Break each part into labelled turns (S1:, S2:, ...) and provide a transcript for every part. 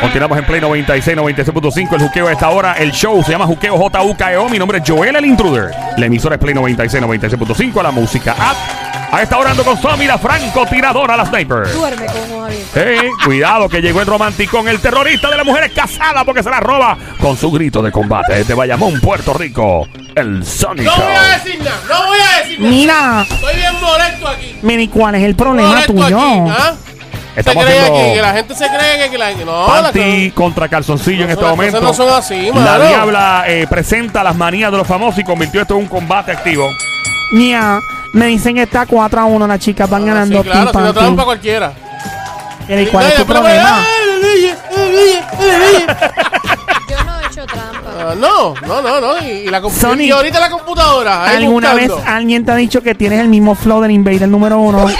S1: Continuamos en Play 96, 96.5. El juqueo a esta hora. El show se llama Juqueo J.U.K.E.O. E Mi nombre es Joel el Intruder. La emisora es Play 96, 96.5. La música app. A esta hora ando con Sammy, la francotiradora, la sniper.
S2: Duerme con un abierto.
S1: Ey, cuidado que llegó el romanticón, el terrorista de las mujeres casadas porque se la roba con su grito de combate desde Bayamón, Puerto Rico. El Sónico.
S3: No voy a decir nada, no voy a decir nada.
S4: Mira,
S3: Estoy bien molesto aquí.
S4: Mini, ¿cuál es el problema
S3: Molesto aquí,
S4: tuyo?
S3: ¿ah? Se
S1: Estamos
S3: cree aquí, que
S1: haciendo
S3: la gente se cree que, que la no, la-
S1: panty contra calzoncillo en
S3: Las
S1: este
S3: cosas
S1: momento.
S3: no son así,
S1: La
S3: mano.
S1: diabla eh, presenta las manías de los famosos y convirtió esto en un combate activo.
S4: Ña, me dicen que está 4 a 1 las chicas, van
S3: Ah, Sí,
S4: ganando.
S3: claro, si
S4: pim,
S3: no
S4: pam,
S3: trampa
S4: pim.
S3: cualquiera. ¡eh,
S4: Pero, ¿y ¿Cuál
S3: No,
S4: es
S3: y
S4: tu
S3: después me-
S4: problema?
S3: ¡Ay, la ley, ay, la ley, ay, la ley!
S2: Yo no he hecho trampa.
S3: Ah, No, no, no, no. Y, y la compu-
S4: Sony.
S3: y ahorita la computadora. ahí
S4: ¿Alguna vez
S3: buscando.
S4: alguien te ha dicho que tienes el mismo flow del Invader número 1?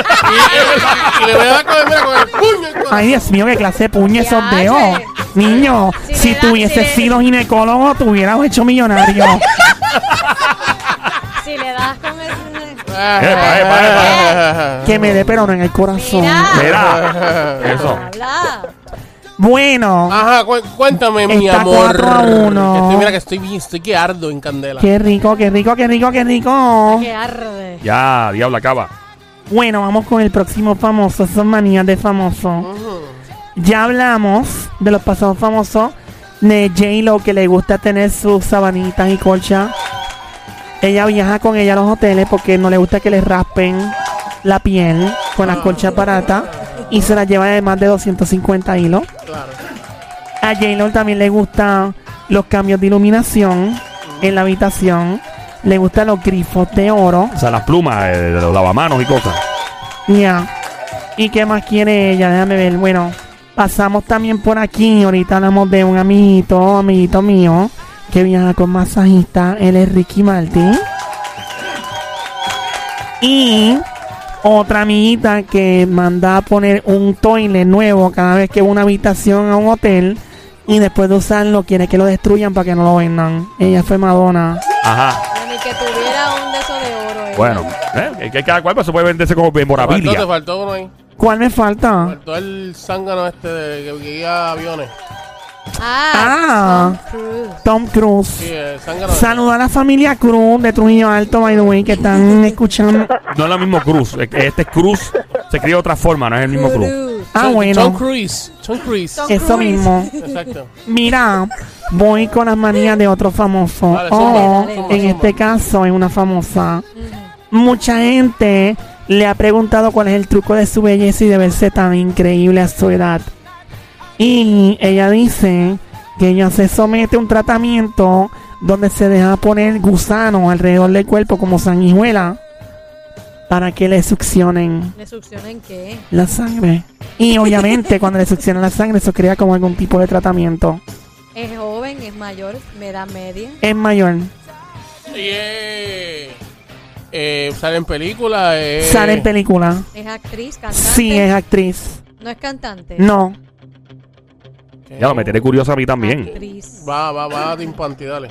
S3: Y, y le voy a dar con el, mira, con el puño. y con-
S4: Ay, Dios mío, qué clase de puño esos
S2: Ya,
S4: dedos.
S2: che.
S4: Niño,
S2: Si
S4: si,
S2: le da-
S4: tuviese
S2: si le-
S4: sido ginecólogo, te hubieras hecho millonario.
S2: Si le das con el.
S1: Epa, epa,
S3: Ah,
S4: que me dé pero no en el corazón.
S2: Mira.
S1: Mira, eso.
S2: Habla.
S4: Bueno,
S3: Ajá, cu- cuéntame, mi
S4: Está
S3: amor.
S4: cuatro a uno.
S3: Que estoy- mira que estoy bien, estoy que ardo en candela.
S4: qué rico, qué rico, qué rico, qué rico.
S2: Que arde.
S1: Ya, diabla acaba.
S4: Bueno, vamos con el próximo famoso. Son manías de famoso.
S3: Ujú.
S4: Ya hablamos de los pasados famosos. De J-Lo, que le gusta tener sus sabanitas y colcha. Ella viaja con ella a los hoteles porque no le gusta que le raspen la piel con las colchas baratas. Y se las lleva de más de 250 hilos.
S3: Claro.
S4: A J-Lo también le gustan los cambios de iluminación en la habitación. Le gustan los grifos de oro.
S1: O sea, las plumas, eh, de los lavamanos y cosas.
S4: Ya. ¿Y qué más quiere ella? Déjame ver. Bueno, pasamos también por aquí. Ahorita hablamos de un amiguito, amiguito mío, que viaja con masajista. Él es Ricky Martin. Y otra amiguita que manda a poner un toilet nuevo cada vez que va a una habitación a un hotel. Y después de usarlo, quiere que lo destruyan para que no lo vendan. Ella fue Madonna.
S1: Ajá.
S2: Ni que tuviera un de esos de oro. eh.
S1: Bueno, eh, que cada cual pues, se puede venderse como
S3: Faltó, te
S1: memorabilia.
S3: faltó uno ahí.
S4: ¿Cuál me falta?
S3: Faltó el zángano este de, que guía aviones.
S2: Ah. Tom Cruise.
S4: Tom Cruise.
S3: Sí, el zángano. de-
S4: Saluda a la familia Cruz de Trujillo Alto, by the way, que están escuchando.
S1: No es la misma cruz. eh, Este es cruz. Se escribe de otra forma, no es el mismo cruz.
S3: Tom-
S4: Ah,
S3: Tom
S4: bueno,
S3: Cruise. Tom Cruise.
S2: Tom
S4: eso
S2: Cruise.
S4: mismo.
S3: Exacto.
S4: Mira, voy con las manías de otro famoso.
S3: Dale,
S4: O,
S3: zumba, zumba,
S4: en
S3: zumba.
S4: este caso, es una famosa. Mucha gente le ha preguntado cuál es el truco de su belleza y de verse tan increíble a su edad. Y ella dice que ella se somete a un tratamiento donde se deja poner gusanos alrededor del cuerpo como sanguijuela para que le succionen
S2: ¿Le succionan qué?
S4: la sangre. Y obviamente cuando le succionan la sangre eso crea como algún tipo de tratamiento.
S2: Es joven, es mayor, me da media.
S4: Es mayor.
S3: Y, eh, eh, sale en película. Eh,
S4: Sale en película.
S2: Es actriz, cantante.
S4: Sí, es actriz.
S2: No es cantante.
S4: No.
S1: Ya lo meteré curioso a mí también.
S2: Actriz.
S3: Va, va, va, de infantil, dale.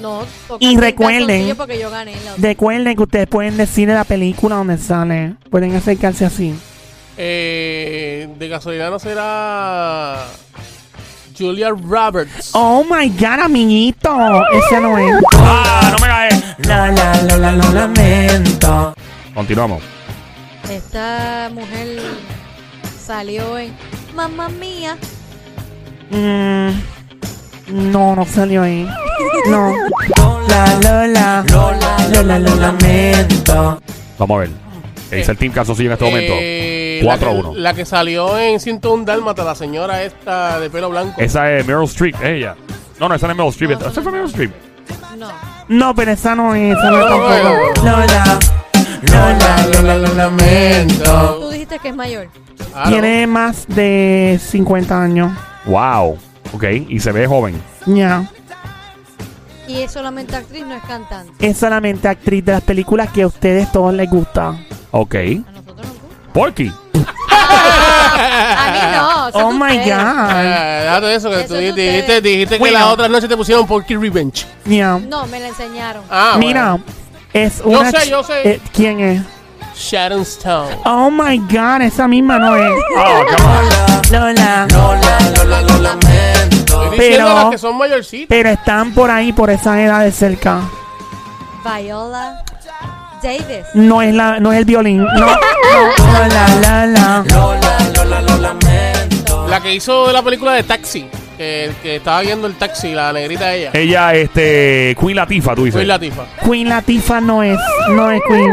S2: No, porque
S4: Y
S2: es
S4: recuerden-
S2: calzoncillo Porque yo gané la otra.
S4: Recuerden que ustedes pueden decirle la película donde sale. Pueden acercarse así.
S3: Eh, de casualidad no será. Julia Roberts.
S4: Oh my god, amiguito. Ese no es.
S1: ¡Ah, no me caes!
S4: La la la la lo lamento.
S1: Continuamos.
S2: Esta mujer salió en Mamma Mía.
S4: Mm, no, no salió ahí. No. La Lola, Lola, Lola, lo lamento.
S1: Vamos a ver. ¿Qué dice el Team Calzoncillo en este momento?
S3: Eh, la
S1: 4 a
S3: que-
S1: 1.
S3: La que salió en 101 Dálmata, la señora esta de pelo blanco.
S1: Esa es Meryl Streep, es ella. No, no, esa no es Meryl Streep.
S2: No, no,
S1: Esa fue
S2: no.
S1: Meryl Streep.
S2: No.
S4: No, pero esa no es. Esa no es
S3: No,
S4: tampoco. Lola.
S3: Lola, Lola, lo
S2: Tú
S3: lamento.
S2: dijiste que es mayor.
S3: Ah, no.
S4: Tiene más de 50 años.
S1: Wow. Ok, y se ve joven.
S4: Ya.
S2: Y es solamente actriz, no es cantante.
S4: Es solamente actriz de las películas que a ustedes todos les gusta.
S1: Ok.
S2: A nosotros nos gusta.
S1: Porky.
S2: A mí no. eso
S4: Oh
S2: es
S4: my
S2: ustedes.
S4: god.
S3: Eh, date eso que
S2: Eso
S3: tú
S2: es de
S3: dijiste,
S2: ustedes.
S3: dijiste que
S4: Bueno.
S3: las otras noches te pusieron Porky Revenge.
S4: Ya.
S2: No, me la enseñaron.
S3: Ah,
S4: Mira, es
S3: Yo
S4: una.
S3: sé,
S4: ch-
S3: yo sé.
S4: eh, ¿Quién es?
S3: Sharon Stone.
S4: Oh my god, esa misma no es.
S1: Oh, come on.
S4: Lola.
S3: Estoy diciendo
S4: Pero-
S3: las que son mayorcitas.
S4: Pero están por ahí, por esas edades cerca.
S2: Viola Davis.
S4: No es la, no es el violín. No, no. Lola, la, la.
S3: La que hizo de la película de Taxi. Que, que estaba viendo el taxi, la negrita ella.
S4: Eh,
S1: Ella, este. Queen Latifa, tú dices.
S3: Soy Latifa.
S4: Queen Latifah no es, no es Queen.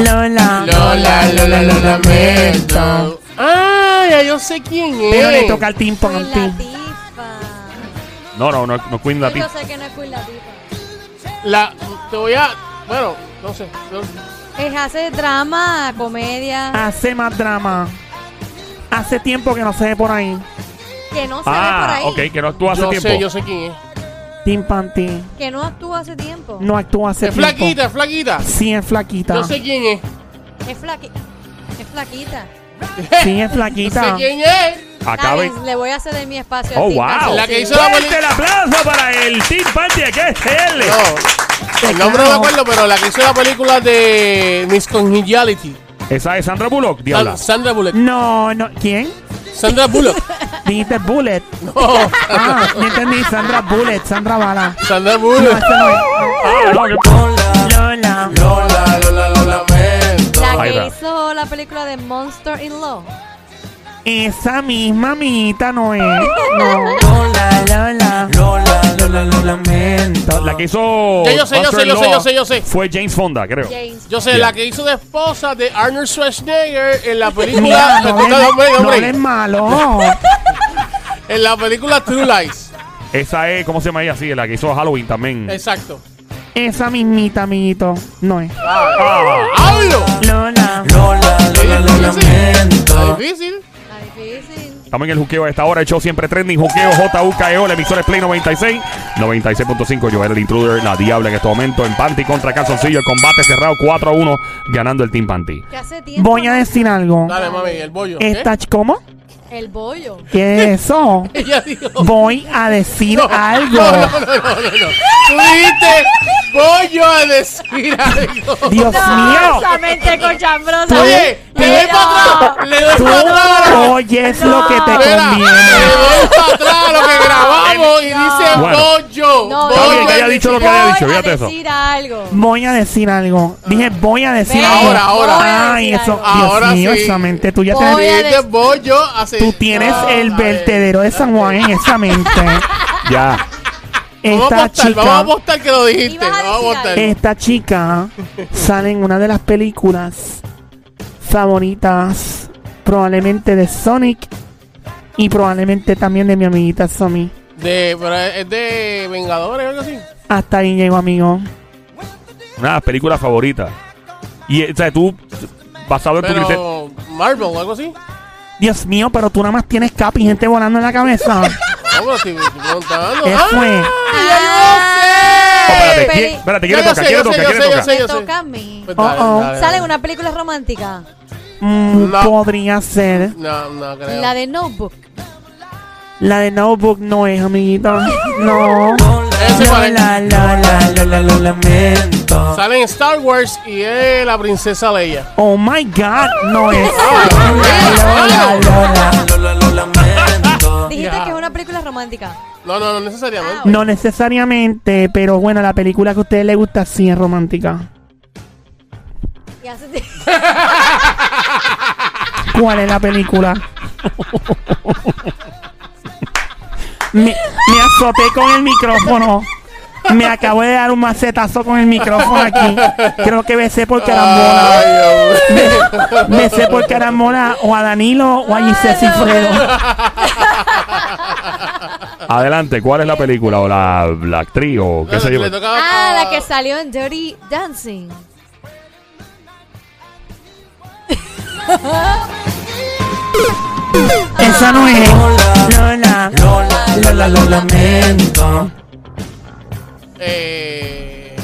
S4: Lola.
S3: Ah, ya yo sé quién es.
S4: Pero le toca el timpano.
S2: Queen Latifah.
S1: No, no, no, no Queen
S2: Yo
S1: Latifa.
S2: sé que no es Queen Latifah.
S3: La, te voy a. Bueno, no sé. no-
S2: Es hace drama, comedia.
S4: Hace más drama. Hace tiempo que no se ve por ahí.
S2: Que no se ve por
S1: Ah,
S2: ahí.
S1: ok, que no actúa hace
S3: yo
S1: tiempo.
S3: sé, yo sé quién es.
S4: Timpanti.
S2: Que no actúa hace tiempo.
S4: No actúa hace
S3: Es
S4: tiempo.
S3: flaquita, es flaquita.
S4: Sí, es flaquita.
S3: Yo sé quién es.
S2: Es, flaqui es flaquita.
S4: Sí,
S3: Yo sé
S4: es flaquita.
S3: quién es.
S1: Acabe.
S2: Dale, le voy a hacer de mi espacio.
S1: Oh,
S2: así,
S1: wow.
S2: casi.
S3: La que hizo la
S1: Fuerte
S3: película.
S1: el aplauso para el Team Party. Aquí es él.
S3: No, el nombre no me acuerdo, pero la que hizo la película de Miss Congeniality.
S1: Esa es Sandra Bullock, diabla.
S3: San- Sandra Bullock.
S4: No, no. ¿Quién?
S3: Sandra Bullock.
S4: Dijiste Bullet.
S3: No,
S4: Ah, yo entendí. Sandra Bullet, Sandra Bala.
S3: Sandra
S4: No,
S3: Bullock.
S4: esa no es.
S1: Ah, no, que-
S4: Lola.
S3: Lola, Lola, lo lamento.
S2: La
S1: Ahí
S2: que
S1: va.
S2: hizo la película de Monster in Law.
S4: Esa misma amiguita no es. No. Lola, Lola. Lola, Lola, lo lamento.
S1: La que hizo.
S3: Ya yo sé, yo sé, yo sé, yo sé, yo sé.
S1: Fue James Fonda, creo.
S2: James.
S3: Yo sé,
S1: Ya.
S3: la que hizo de esposa de Arnold Schwarzenegger en la película.
S4: Mira,
S3: Me
S4: Ah, no,
S3: toca el nombre, el
S4: no
S3: nombre.
S4: le es malo.
S3: En la película True Lies.
S1: Esa es, ¿cómo se llama ella? Sí, la que hizo Halloween también.
S3: Exacto.
S4: Esa mismita, amiguito. No es.
S1: Ah,
S3: ¡Hablo!
S4: Lola.
S3: Está difícil.
S2: La difícil.
S1: También el juqueo a esta hora, el show siempre trending, juqueo JUKEO, E la emisora es Play 96, 96.5, Joel el Intruder, la Diabla en este momento, en Panty contra Calzoncillo, el combate cerrado 4 a 1, ganando el Team Panty.
S2: Que hace tiempo.
S4: Voy a decir algo.
S3: Dale, mami, el bollo. ¿Qué?
S4: Esta, ch- ¿Cómo?
S2: El bollo.
S4: ¿Qué es eso?
S3: Ella dijo.
S4: Voy a decir algo.
S3: No, no, no, no, no, no. Tú dijiste bollo a decir algo.
S4: Dios mío.
S2: Solamente con chambrosa.
S3: Oye, le doy para atrás. Le doy
S4: Tú
S3: para atrás.
S4: oyes lo que te
S3: Espera, le
S4: conviene.
S3: doy para atrás lo que grabamos y dice
S1: Bueno.
S3: bollo.
S2: No,
S1: Está bien
S3: bollo
S1: que haya
S3: a
S1: dicho lo que
S3: decir-
S1: había dicho,
S2: voy a
S1: fíjate eso.
S2: decir algo.
S4: Voy a decir algo. Dije, voy a decir
S2: Ven,
S4: algo.
S3: Ahora, ahora.
S2: voy a
S4: Ay,
S2: decir
S4: eso.
S2: algo.
S3: Ahora
S4: Dios mío,
S3: sí.
S4: esa mente tuya.
S2: Voy
S4: tiene-
S2: a
S3: Dijiste
S2: decir-
S3: bollo hace.
S4: Tú tienes
S3: No,
S4: el
S3: a ver.
S4: vertedero de San Juan en esa mente.
S2: Ah,
S1: Ya,
S3: Vamos a
S4: Esta
S3: apostar, vamos a
S4: chica,
S3: apostar que lo dijiste.
S2: Ibas a
S3: Vamos a
S2: decir
S3: apostar.
S2: algo.
S4: esta chica sale en una de las películas favoritas, probablemente de Sonic y probablemente también de mi amiguita Somi.
S3: De, pero es de Vengadores o algo así.
S4: Hasta ahí llego, amigo.
S1: una de las películas favoritas. Y, eh, o sea, tú, basado en tu criterio.
S3: Pero Marvel o algo así.
S4: Dios mío, pero tú nada más tienes cap y gente volando en la cabeza.
S3: Vamos, te estoy preguntando.
S4: ¿Qué
S3: ¡Ah!
S4: fue?
S2: Ah,
S1: Oh, espérate,
S2: pero-
S1: ¿quién, espérate, ¿quién
S3: Ya
S1: le
S3: yo
S1: toca?
S3: sé,
S1: ¿Quién le
S3: yo sé,
S1: toca? ¿Quién le
S3: yo sé,
S1: toca?
S3: yo
S2: Me
S3: sé.
S2: toca a mí.
S3: Pues
S4: Oh,
S3: dale,
S4: oh.
S3: dale,
S2: Sale
S3: dale.
S2: una película romántica.
S4: Mm,
S3: No.
S4: Podría ser.
S3: No, no creo.
S2: La de Notebook.
S4: La de Notebook no es, amiguita. No.
S3: Ese cuál es.
S4: La, la, la, la, la, la, lamento.
S3: Sale en Star Wars y es la princesa Leia.
S4: Oh my god, no es.
S2: Dijiste
S3: Ya.
S2: que es una película romántica.
S3: No, no, no necesariamente.
S4: No necesariamente, pero bueno, la película que a ustedes les gusta sí es romántica.
S2: Y hace tiempo.
S4: ¿Cuál es la película? Me, me azoté con el micrófono. Me acabo de dar un macetazo con el micrófono aquí. Creo que besé por
S2: Ah.
S4: carambola.
S3: Ay, Dios mío.
S4: Besé por carambola o a Danilo o a Giselle Cifredo.
S1: Adelante, ¿cuál es la película o la, la actriz o qué sé yo?
S3: Le toca
S2: Ah,
S3: a-
S2: la que salió en Dirty Dancing.
S4: Esa no es. Lola. Lola, lo lamento.
S3: Eh,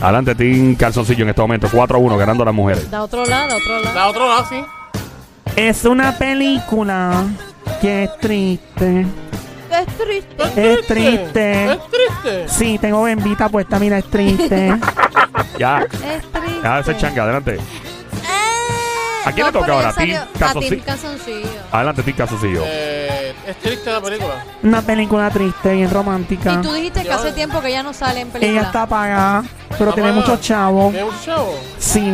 S1: Adelante, Team Calzoncillo en este momento, 4 a 1, ganando a las mujeres.
S2: Da otro lado, da otro lado.
S3: la otra no, sí.
S4: Es una película que es triste.
S2: Es triste.
S4: Es triste.
S3: Es triste.
S4: Sí, tengo bembita puesta, mira, es triste.
S1: Ya.
S2: Es triste. Ah,
S1: Deja de ser changa, adelante. Ah, ¿A quién le toca ahora? ¿A ti,
S2: A ti,
S1: Casoncillo?
S2: Calzoncillo.
S1: Adelante, Tim Casoncillo.
S3: Eh, es triste la película.
S4: Una película triste, bien romántica.
S2: Y tú dijiste que hace tiempo que ya no sale en película.
S4: Ella está apagada, pero
S3: Está
S4: tiene
S3: apagada.
S4: muchos chavos.
S3: ¿Es un chavo?
S4: Sí.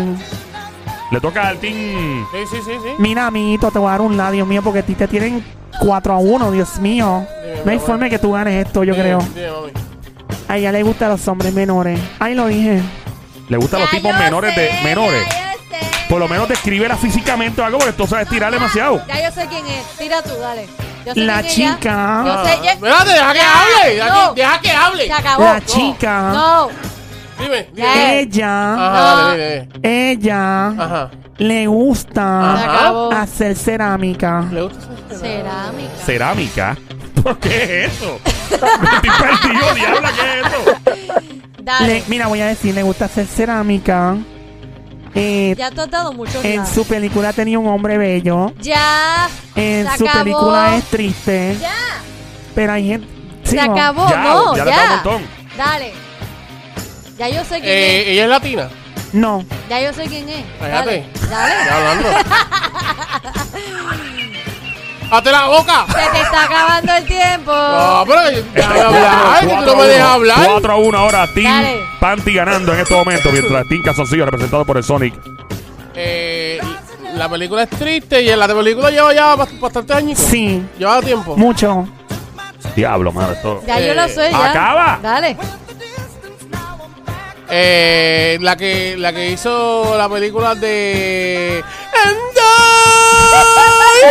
S1: Le toca al Team.
S3: Sí, sí, sí, sí.
S4: Mira, amiguito, te voy a dar un la, Dios mío, porque a ti te tienen 4 a 1, Dios mío.
S3: Dime,
S4: No hay
S3: mi amor.
S4: forma que tú ganes esto, yo
S3: Dime,
S4: creo.
S3: dime, mami.
S4: A ella le gustan los hombres menores. Ahí lo dije.
S1: Le gustan los
S2: Ya
S1: tipos
S2: yo
S1: menores
S2: sé,
S1: de. Menores.
S2: ya yo sé.
S1: Por lo menos descríbela físicamente o algo, porque tú sabes tirar demasiado.
S2: Ya yo sé quién es. Tira tú, dale. Yo sé
S4: La
S2: quién es ya.
S4: chica.
S2: Yo sé, ya-
S3: Ah. Espérate, deja que
S2: Ya,
S3: hable.
S2: Ah, no.
S3: Deja, que- deja que hable.
S2: Se acabó.
S4: La chica.
S2: No.
S3: Dime, dime.
S2: Ya.
S4: Ella.
S3: Ajá,
S2: No.
S3: dale, dile, dile.
S4: Ella.
S3: Ajá.
S4: Le
S2: Se
S4: gusta
S3: Ajá.
S2: acabó.
S4: hacer cerámica.
S3: ¿Le gusta esa
S2: Cerámica.
S1: Cerámica. ¿Por qué es eso? Estoy perdido, diabla, ¿qué es eso?
S4: Le-
S2: Dale.
S4: mira, voy a decir, le gusta hacer cerámica. Eh,
S2: Ya tú has dado mucho
S4: en
S2: ya.
S4: su película tenía un hombre bello.
S2: Ya.
S4: En
S2: Se
S4: su
S2: acabó.
S4: película es triste.
S2: Ya.
S4: Pero hay gente.
S2: Se
S4: sí, ¿no?
S3: Oh,
S2: acabó.
S1: Ya,
S2: no.
S1: ya
S2: Ya.
S1: le da un montón.
S2: Dale. Ya yo sé quién
S3: Eh, ella es latina.
S4: No.
S2: es. Ya yo sé quién es.
S3: Cállate.
S2: Dale. Dale.
S3: Estoy hablando. ¡Hazte la boca!
S2: Se te está acabando el tiempo.
S3: No, pero déjame hablar, que tú no me dejas hablar.
S1: 4 a 1 ahora, Team
S2: Dale.
S1: Panty ganando en este momento, mientras Team Casoncillo, representado por el Sonic.
S3: Eh, la película es triste y en la película lleva ya bast- bastantes añitos.
S4: Sí.
S3: Lleva tiempo.
S4: Mucho.
S1: Diablo, mano, esto.
S2: Ya yo lo
S3: Eh,
S2: sé. Ya.
S1: acaba.
S2: Dale. Ah,
S3: Eh, la que la que hizo la película de And I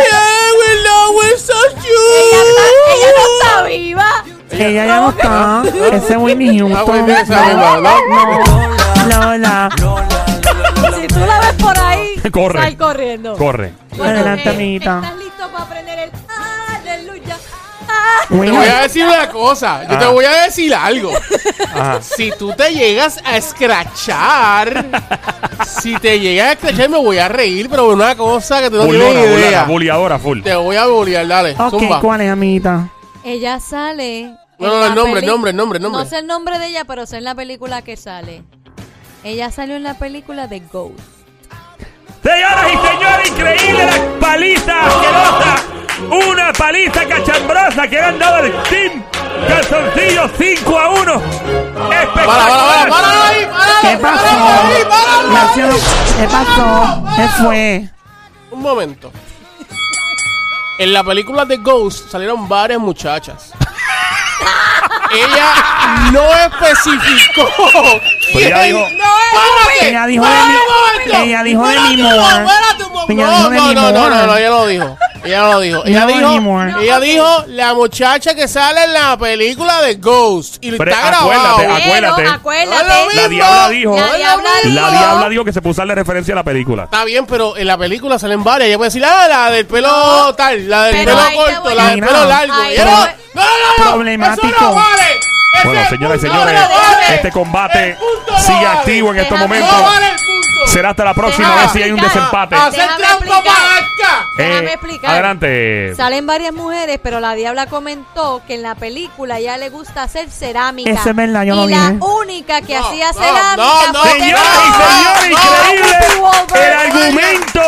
S3: will always touch
S2: Ella, está- ella
S3: you.
S2: no está viva.
S4: Ella, ya no está. Ese es Whitney Houston.
S3: Ah, bueno, esa misma, ¿no?
S4: No. Lola.
S2: Si tú la ves por ahí,
S1: Corre.
S2: sal corriendo.
S1: Corre.
S4: Adelante,
S2: eh,
S4: amiguita.
S2: ¿Estás listo para aprender el aleluya?
S3: Te
S4: Bueno,
S3: voy a decir una cosa, yo te
S1: Ah.
S3: voy a decir algo.
S1: Ajá.
S3: Si tú te llegas a escrachar, si te llegas a escrachar me voy a reír, pero una cosa que tú no
S1: Bulona,
S3: tienes
S1: bulona,
S3: idea.
S1: buleadora, full.
S3: Te voy a bullear, dale.
S4: ok,
S3: zumba.
S4: ¿cuál es, amiguita?
S2: Ella sale. en
S3: No, no, no, el
S2: la
S3: nombre, el
S2: peli-
S3: nombre, el nombre, el nombre.
S2: No sé el nombre de ella, pero sé en la película que sale. Ella salió en la película de Ghost.
S1: Señoras y señores, increíble la paliza asquerosa. Una paliza cachambrosa que le han dado al Team Calzoncillo 5 a 1. Espectacular.
S3: Para, para, para, para ahí, para
S4: ¿Qué
S3: ahí, para
S4: pasó?
S3: ahí, para ahí.
S4: Gracias. ¿Qué pasó? ¿Qué fue?
S3: Un momento. En la película de Ghost salieron varias muchachas. Ella no especificó.
S1: Pero Pues ella dijo-
S3: ¡Párate!
S4: Ella dijo
S3: ¡Para
S4: de mi-
S3: un momento!
S4: ella dijo de
S3: ¡Espérate
S4: mi
S3: un mo-
S4: moa.
S3: espérate un mo-
S4: Ella
S3: No,
S4: dijo de mi
S3: no, no, no,
S4: moa.
S3: no, no, ella lo dijo. Ella no lo dijo. Ella
S4: No, ni
S3: dijo,
S4: moa.
S3: ella dijo la muchacha que sale en la película de Ghost. Y
S1: Pero
S3: está
S1: acuérdate,
S3: grabado.
S1: Acuérdate.
S2: Pero,
S3: No es lo
S2: acuérdate.
S1: La
S3: mismo.
S1: diabla dijo.
S2: La diabla
S1: La
S2: dijo.
S1: diabla dijo que se puso a darle referencia a la película.
S3: Está bien, pero en la película salen varias. Ella puede decir, ah, la del pelo tal, la del
S2: Pero
S3: pelo
S2: ahí te
S3: corto,
S2: voy
S3: la
S4: a-
S3: del pelo largo.
S2: Ahí
S3: Ella
S2: te
S3: no,
S2: voy-
S3: no, no, no,
S4: Problemático.
S3: Eso no vale. Ese
S1: Bueno, señoras y
S3: punto no
S1: señores,
S3: vale.
S1: este combate
S3: El punto
S1: sigue
S3: no vale.
S1: activo en estos
S2: Déjame-
S1: momentos.
S3: No vale el punto.
S1: Será hasta la próxima, a
S3: Déjame Ah,
S1: ver si hay un
S2: explicar.
S1: desempate. Eh,
S3: Hacer
S2: Déjame
S3: trampa
S2: explicar.
S3: para acá.
S2: Déjame explicar.
S1: Adelante.
S2: Salen varias mujeres, pero la diabla comentó que en la película ya le gusta hacer cerámica.
S4: Eso es verdad, yo
S2: y
S4: lo
S2: la
S4: dije.
S2: única que
S3: No,
S2: hacía
S3: no,
S2: cerámica.
S3: no, no,
S2: fue-
S1: Señoras
S3: No,
S1: y señores,
S3: no,
S1: increíble
S2: no,
S1: el
S2: no,
S1: argumento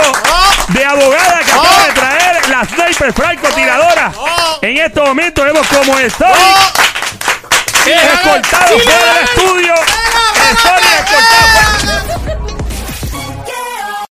S1: de abogada que acaba de traer la sniper francotiradora.
S3: no.
S1: En estos momentos vemos como el Sonic
S3: Oh,
S1: es
S3: déjame-
S1: escoltado fuera del
S3: Dile,
S1: estudio. El
S3: déjame-
S1: Sonic es escoltado